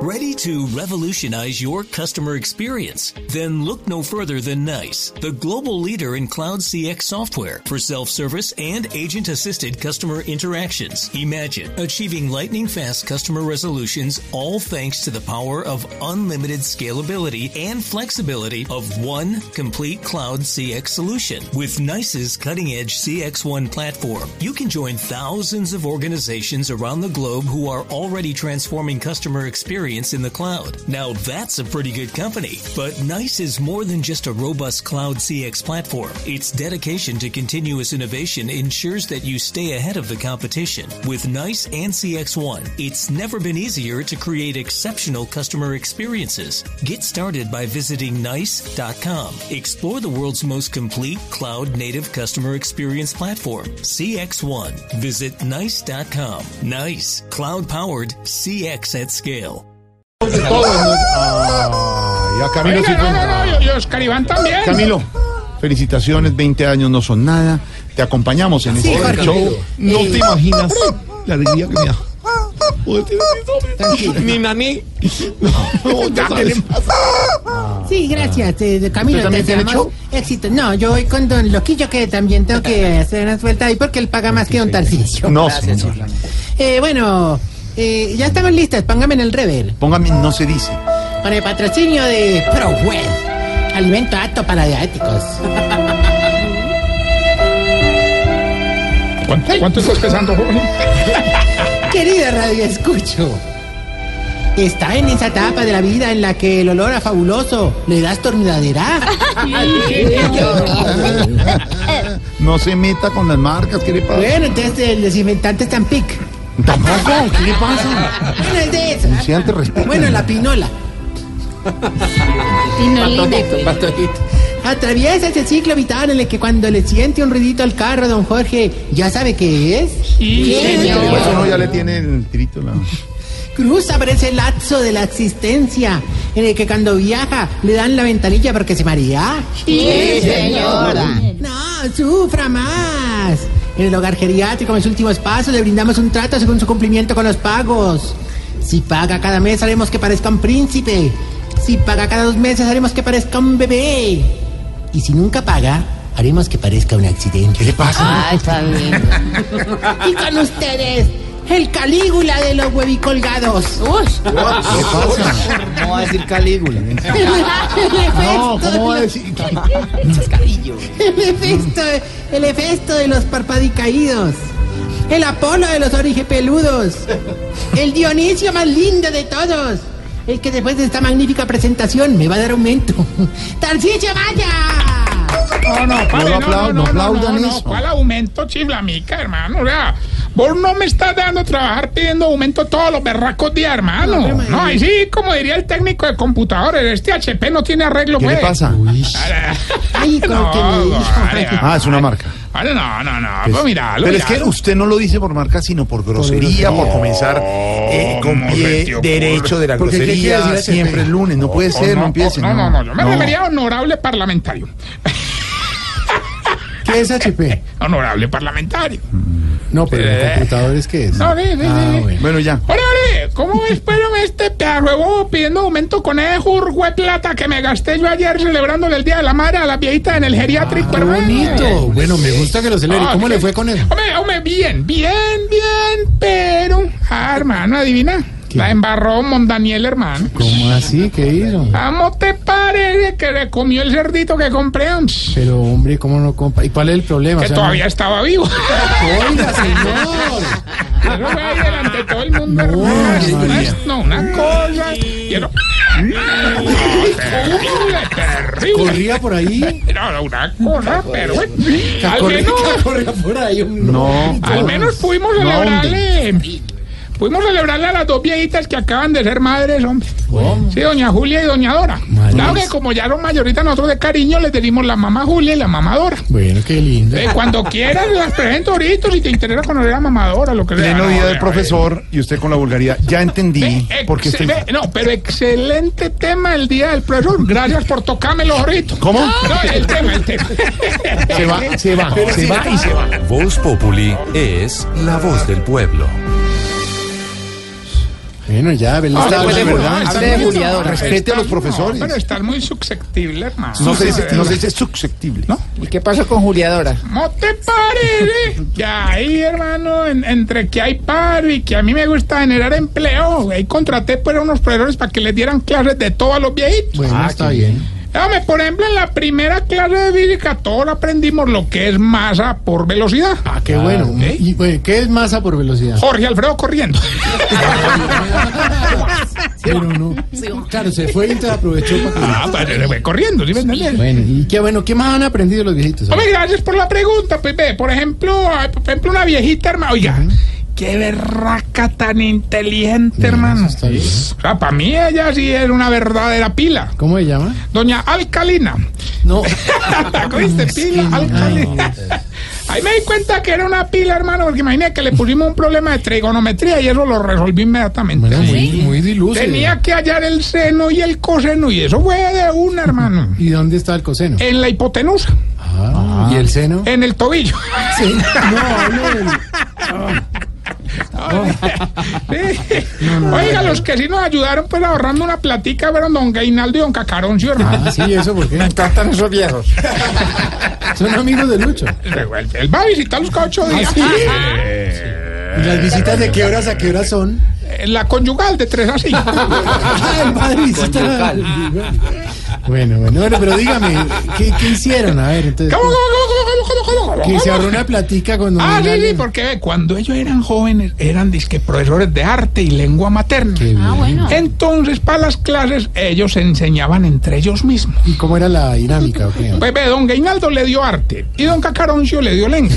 Ready to revolutionize your customer experience? Then look no further than NICE, the global leader in cloud CX software for self-service and agent-assisted customer interactions. Imagine achieving lightning-fast customer resolutions all thanks to the power of unlimited scalability and flexibility of one complete cloud CX solution. With NICE's cutting-edge CX1 platform, you can join thousands of organizations around the globe who are already transforming customer experience in the cloud. Now that's a pretty good company. But NICE is more than just a robust cloud CX platform. Its dedication to continuous innovation ensures that you stay ahead of the competition. With NICE and CX1, it's never been easier to create exceptional customer experiences. Get started by visiting nice.com. Explore the world's most complete cloud native customer experience platform, CX1. Visit nice.com. Nice, cloud powered CX at scale. de todo el mundo. Ay, a Camilo sí Oiga, fue- no, no, no, y- y Oscar Iván también. Camilo, felicitaciones, 20 años no son nada. Te acompañamos en este Jorge. show. No te imaginas la alegría que me da. Poder tener mis hombres. Ni naní. No, ya tenemos- Sí, gracias, eh, de Camilo. ¿Usted también te tiene deseamos éxito. No, yo voy con Don Loquillo, que también tengo que hacer una suelta ahí porque él paga más que Don Tarcicio. No, señor. Eh, bueno, eh, ya estamos listas. Póngame en el rever. Póngame, no se dice. Con el patrocinio de ProWeb. Alimento apto para diabéticos. ¿Cuánto, cuánto estás pesando, Jorge? Querida Radio Escucho. Está en esa etapa de la vida en la que el olor a fabuloso le das tornudadera. No se meta con las marcas, ¿qué le pasa? bueno, entonces eh, el desinfectante está en pic. Tampoco, ¿qué le pasa? Bueno, es de eso. ¿eh? Si antes respeta. Bueno, la pinola. Atraviesa ese ciclo vital en el que cuando le siente un ruidito al carro, don Jorge, ya sabe qué es. Por eso no, Pues ya le tiene el tirito. La... Cruza por ese lapso de la existencia en el que cuando viaja le dan la ventanilla porque se marea. No, sufra más. En el hogar geriátrico, en sus últimos pasos, le brindamos un trato según su cumplimiento con los pagos. Si paga cada mes, haremos que parezca un príncipe. Si paga cada dos meses, haremos que parezca un bebé. Y si nunca paga, haremos que parezca un accidente. ¿Qué le pasa? Y con ustedes, el Calígula de los huevicolgados. ¿Qué le pasa? ¿Cómo va a decir Calígula? No, ¿cómo va a decir? El Hefesto, el Hefesto de los parpadicaídos. El Apolo de los origepeludos. El Dionisio más lindo de todos. El que después de esta magnífica presentación me va a dar aumento. ¡Tarcicio Maya! No, no, No padre, lo aplaud- no aplaudan no, no, eso. ¿Cuál aumento, chiflamica, hermano? O sea, vos no me estás dando trabajar pidiendo aumento todos los berracos días, hermano. No, ahí sí, como diría el técnico de computadores, este HP no tiene arreglo, ¿Qué le pues. pasa? Ay, con No, que me dijo. vale, Ah, es una marca. Ah, no, no, no, no, pues miralo, Pero es que miralo. usted no lo dice por marca, sino por grosería, por comenzar eh, con ¿cómo se te pie ocurre? derecho de la Porque, ¿qué quiere grosería decir ese siempre pe- el lunes. No puede Oh, ser, no, oh, empiece. No, no, no, yo me refería a honorable parlamentario. ¿Qué es HP? Honorable parlamentario. No, pero en Eh. computadores, ¿qué es? No, sí, sí, sí, sí. Mm. Ah, Bueno, ya. Ore, ore, ¿cómo espero este pedazo de bobo pidiendo aumento con ese jurgue plata que me gasté yo ayer celebrándole el Día de la Madre a la viejita en el geriátrico? Ah, Qué hermano? bonito. Bueno, me gusta que lo celebre. eh. Ah, ¿Cómo qué- le fue con él? Hombre, hombre, bien, bien, bien, pero... Ah, hermano, adivina. La embarró Mondaniel, hermano. ¿Cómo así? ¿Qué hizo? ¿Cómo te parece que le comió el cerdito que compré? hombre? Pero, hombre, ¿cómo no compra? ¿Y cuál es el problema? Que O sea, todavía estaba vivo. no- Oiga, señor. Eso fue ahí delante de todo el mundo, No, hermano. no, Una- No, una cosa. y el- No, terrible, terrible. Corría por ahí. No, no, una cosa, pero bueno. Al Corría, menos, corría por ahí. Un... No. al menos pudimos No, celebrarle. Pudimos celebrarle a las dos viejitas que acaban de ser madres, hombre. Sí, doña Julia y doña Dora. Madres. Claro que como ya son mayoritas, nosotros de cariño les dimos la mamá Julia y la mamá Dora. Bueno, qué lindo. Eh, cuando quieras, las presento ahorita si te interesa conocer a mamá Dora, lo que sea. Pleno No, día del eh, profesor y usted con la vulgaridad. Ya entendí Ve, por qué ex- estoy... ve, no, pero excelente tema el día del profesor. Gracias por tocármelo ahorita. ¿Cómo? No, el tema, el tema. Se va, se va, se va. y se va. Voz Populi es la voz del pueblo. Bueno, ya, Belén está Hable hablando, de- ¿verdad? hable Está de bien. buleador. Respete a los profesores. No, pero estás muy susceptible, hermano. No se dice, no se sé. dice susceptible. ¿No? ¿Y qué pasó con Juliadora? No te pares, eh. Que ahí, hermano, en- entre que hay paro y que a mí me gusta generar empleo, ahí contraté pues a unos profesores para que les dieran clases de todo a los viejitos. Bueno, está bien. Dame, por ejemplo, en la primera clase de física todos aprendimos lo que es masa por velocidad. Ah, qué bueno. ¿eh? ¿Y bueno, qué es masa por velocidad? Jorge Alfredo corriendo. Ah. Pero no. Claro, se fue y te aprovechó para Ah, pero le voy corriendo, ¿sí me que... entiendes? Bueno, y qué bueno, ¿qué más han aprendido los viejitos? Hombre, gracias por la pregunta, pues ve, por ejemplo, ay, por ejemplo una viejita, hermano, oiga, qué berraca tan inteligente, hermano. eso está bien. O sea, para mí ella sí es una verdadera pila. ¿Cómo se llama? Doña Alcalina. No. ¿Oíste? Pila, alcalina. Ahí me di cuenta que era una pila, hermano, porque imagínate que le pusimos un problema de trigonometría y eso lo resolví inmediatamente. Bueno, muy, muy dilucio. Tenía que hallar el seno y el coseno y eso fue de una, hermano. ¿Y dónde está el coseno? En la hipotenusa, Ah, ¿Y el seno? en el tobillo. Sí. No, no, el- Sí. Oiga, los que sí nos ayudaron pues ahorrando una platica fueron don Gainaldo y don Cacaroncio, hermano. Ah, sí, eso porque Encantan esos viejos. son amigos de Lucho. Él él va a visitarlos cada ocho días. Eh, ¿Y las visitas de qué horas a qué horas son? La conyugal de tres a cinco. Ah, el padre visita. Bueno, bueno, bueno, pero dígame, ¿qué, qué hicieron? A ver, entonces. ¿Cómo, cómo, cómo, cómo, cómo, cómo, cómo? Que se abrió una platica con don Ah, sí, Hilario. sí, porque ve, cuando ellos eran jóvenes eran disque profesores de arte y lengua materna. Qué bien. Entonces, para las clases, ellos se enseñaban entre ellos mismos. ¿Y cómo era la dinámica? o qué? Pepe, don Gainaldo le dio arte y don Cacaroncio le dio lengua.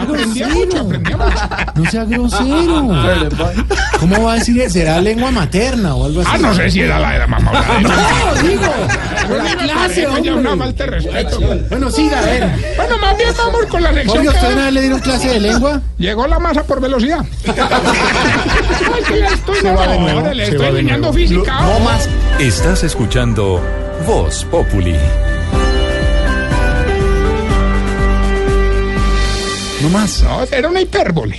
aprendía Pues, mucho, aprendía mucho. No sea grosero. ¿Cómo va a decir? eso? ¿Será lengua materna o algo así? Ah, no sé si era la de la mamá. o la de- No, digo. Pero a mí me ¡Oh, clase, parece ya hombre. una falta de respeto. Bueno, siga, a ver. Bueno, más bien vamos con la lección. Oye, que ¿usted da. una vez le dieron clase de lengua? Llegó la masa por velocidad. Ay, que le estoy, Se va de nuevo, ahora le se estoy va de enseñando nuevo. física. No ahora. más. Estás escuchando Voz Populi. No más. No, era una hipérbole.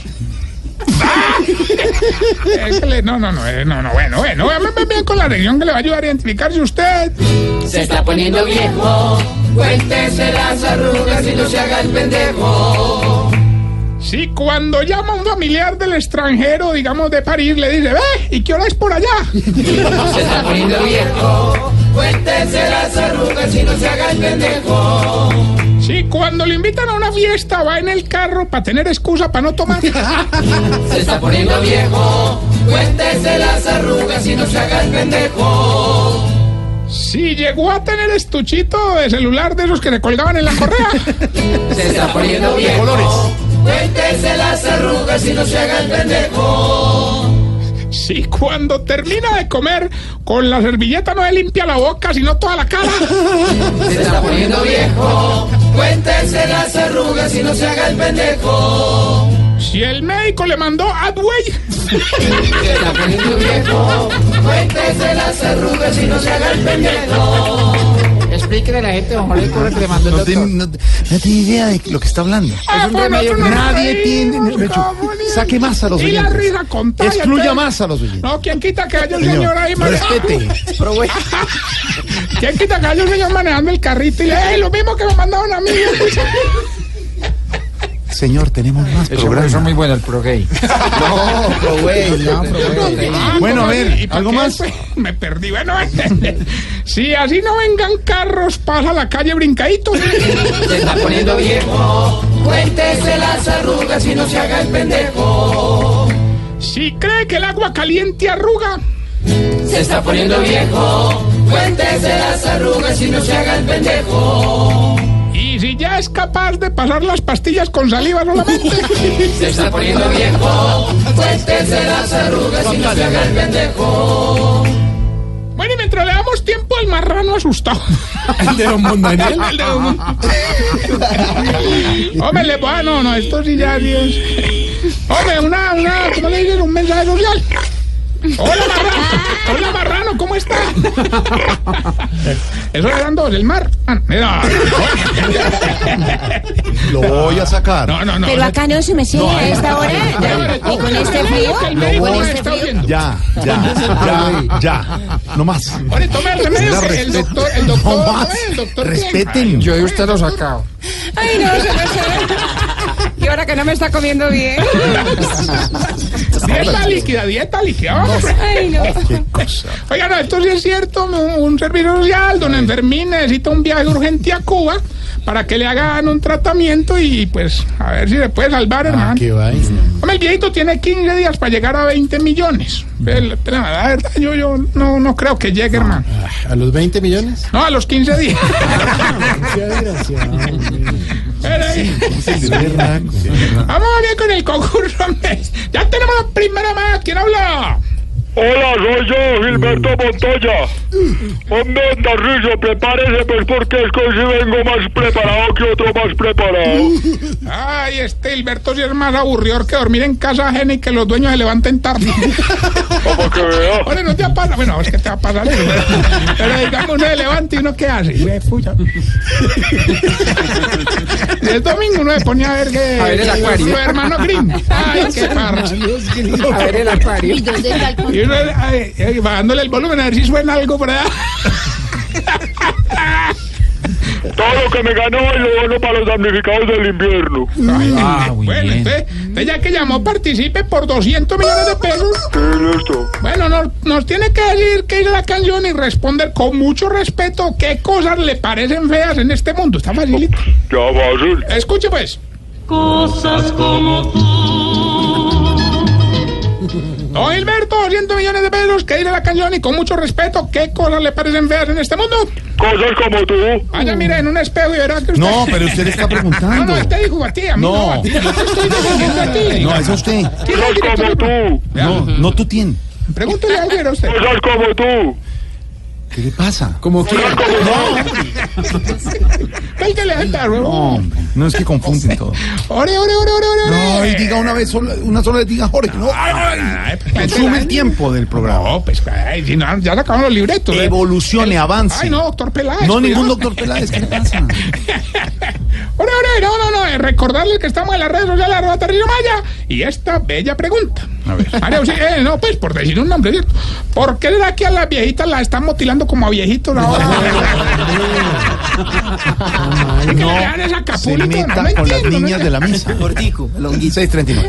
Ah, es que le- No, no, no, eh, no, no, bueno, bueno, vamos bien con la lección que le va a ayudar a identificar si usted Se está poniendo viejo. Cuéntese las arrugas y no se haga el pendejo. Sí, cuando llama a un familiar del extranjero, digamos de París, le dice, ve, ¿y qué hora es por allá? Se está poniendo viejo. Cuéntese las arrugas y no se haga el pendejo. Sí, cuando le invitan a una fiesta, va en el carro para tener excusa para no tomar. Se está poniendo viejo. Cuéntese las arrugas y no se haga el pendejo. Sí, llegó a tener estuchito de celular de esos que le colgaban en la correa. Se está poniendo viejo. Cuéntese las arrugas y no se haga el pendejo. Sí, cuando termina de comer, con la servilleta no le limpia la boca, sino toda la cara. Se está poniendo viejo. Cuéntese las arrugas y no se haga el pendejo. Si el médico le mandó Adway. Se está poniendo viejo. Cuéntese las arrugas y no se haga el pendejo. Explíquele a la gente, don Jorge, corre que le mandó el doctor. tiene idea de lo que está hablando. Ah, bueno, nosotros nos Nadie reímos, tiene. no, ¿cómo le- Saque más a los Y la oyentes. risa contagia. Excluya entonces- más a los oyentes. No, quien quita que haya un Señor, señor ahí manejando. respete. Pero bueno, ¿Quién quita que haya un señor manejando el carrito y le "Ey, lo mismo que me mandaron a mí? Señor, tenemos más programas. muy bueno el pro gay. No, pro gay, no, pro gay. Ah, Bueno, ¿cómo a ver, así? ¿Y por ¿algo qué más? fue? Me perdí. Bueno, este. si así no vengan carros, pasa la calle brincadito. Se está poniendo viejo. Cuéntese las arrugas y no se haga el pendejo. Si cree que el agua caliente arruga. Se está poniendo viejo. Cuéntese las arrugas y no se haga el pendejo. Y si ya es capaz de pasar las pastillas con saliva solamente. Se está poniendo viejo. Cuéntese las arrugas y no se haga el pendejo. Bueno, y mientras le damos tiempo al marrano asustado. ¿El de Don Mondanel? Al de un- Hombre, le ah, no, no, esto sí ya, Dios. Hombre, una, una, ¿cómo le dicen? Un mensaje social. Hola, marrano. Hola, marrano, ¿cómo está? Eso eran dos, el mar. Ah, mira. Lo voy a sacar. No, no, no. Pero acá no se me sigue a esta hora. Y con este frío. Lo Con voy a este estar frío. viendo. Ya, ya, ya, ya. No más. Ahora toma el remedio que el doctor, el doctor, No no más. es, el doctor Respeten. Yo de usted lo sacado. Ay, no, se me sale. Y ahora que no me está comiendo bien. Dieta líquida, dieta líquida. Vamos, Ay, no. Qué cosa. Oigan, esto sí es cierto, un, un servidor social, don Enfermín, necesita un viaje urgente a Cuba para que le hagan un tratamiento y pues a ver si le puede salvar, hermano. Ah, Qué vaina. Hombre, el viejito tiene 15 días para llegar a 20 millones. El- La verdad, yo, yo no, no creo que llegue, hermano. ¿A los 20 millones? No, a los 15 días. Qué desgraciado. Pero ahí- Vamos a ver con el concurso. hombre. Ya tenemos la primera más. ¿Quién habla? Hola, soy yo, Gilberto Montoya. Hombre, Andarrillo, prepárese pues porque es que hoy sí vengo más preparado que otro más preparado. Ay, este Hilberto sí es más aburrido que dormir en casa ajena y que los dueños se levanten tarde. Para que vea. Ahora no te va a pasar. Bueno, es que te va a pasar eso. Pero, pero digamos, uno se levanta y uno qué hace. Güey, pucha. Y el domingo uno se ponía a ver que. A ver el acuario. Su hermano Green. Ay, qué parra. A ver el acuario. Y dos de calcón. Y uno ay, ay, bajándole el volumen a ver si suena algo por allá. Todo lo que me ganó hoy lo dono para los damnificados del invierno. bueno, usted, usted ya que llamó, participe por 200 millones de pesos. ¿Qué es esto? Bueno, nos, nos tiene que decir qué es la canción y responder con mucho respeto qué cosas le parecen feas en este mundo. Está facilito. Ya fácil. Escuche pues. Cosas como Don Gilberto, 200 millones de pesos, que dice la canción y con mucho respeto qué cosas le parecen feas en este mundo. Cosas como tú. Vaya, mire, en un espejo y verá que usted... No, pero usted le está No, no, preguntando. este dijo a ti, a mí no. No. a ti, yo te estoy diciendo a ti. No, es usted. ¿Quién es el Cosas como director? tú. No, no tú tienes. Pregúntele algo a usted. Cosas como tú. ¿Qué le pasa? Como que Cosas como tú. Pégale al perro. No, hombre, no es que confunden todo. Ore, ore, ore, ore, ore. No, y diga una vez, sola- una sola vez diga Jorge. No, Ay, pues, consume el tiempo del programa. No, pues, ay, si no, ya se acabaron los libretos. ¿eh? Evolucione, avance. Ay, no, doctor Peláez. No, cuidado. ningún doctor Peláez, ¿qué le pasa? Ahora, ahora, no, no, no, eh, recordarles que estamos en las redes sociales, arroba Tarcisio Maya, y esta bella pregunta. A ver. María Auxilia, eh, no, pues, por decir un nombre, ¿cierto? ¿Por qué será que a las viejitas las están motilando como a viejitos ahora? Es que le dan ese Se Acapulco, no, meta no con las entiendo, no niñas de la misa. Cortico, longuito. 639.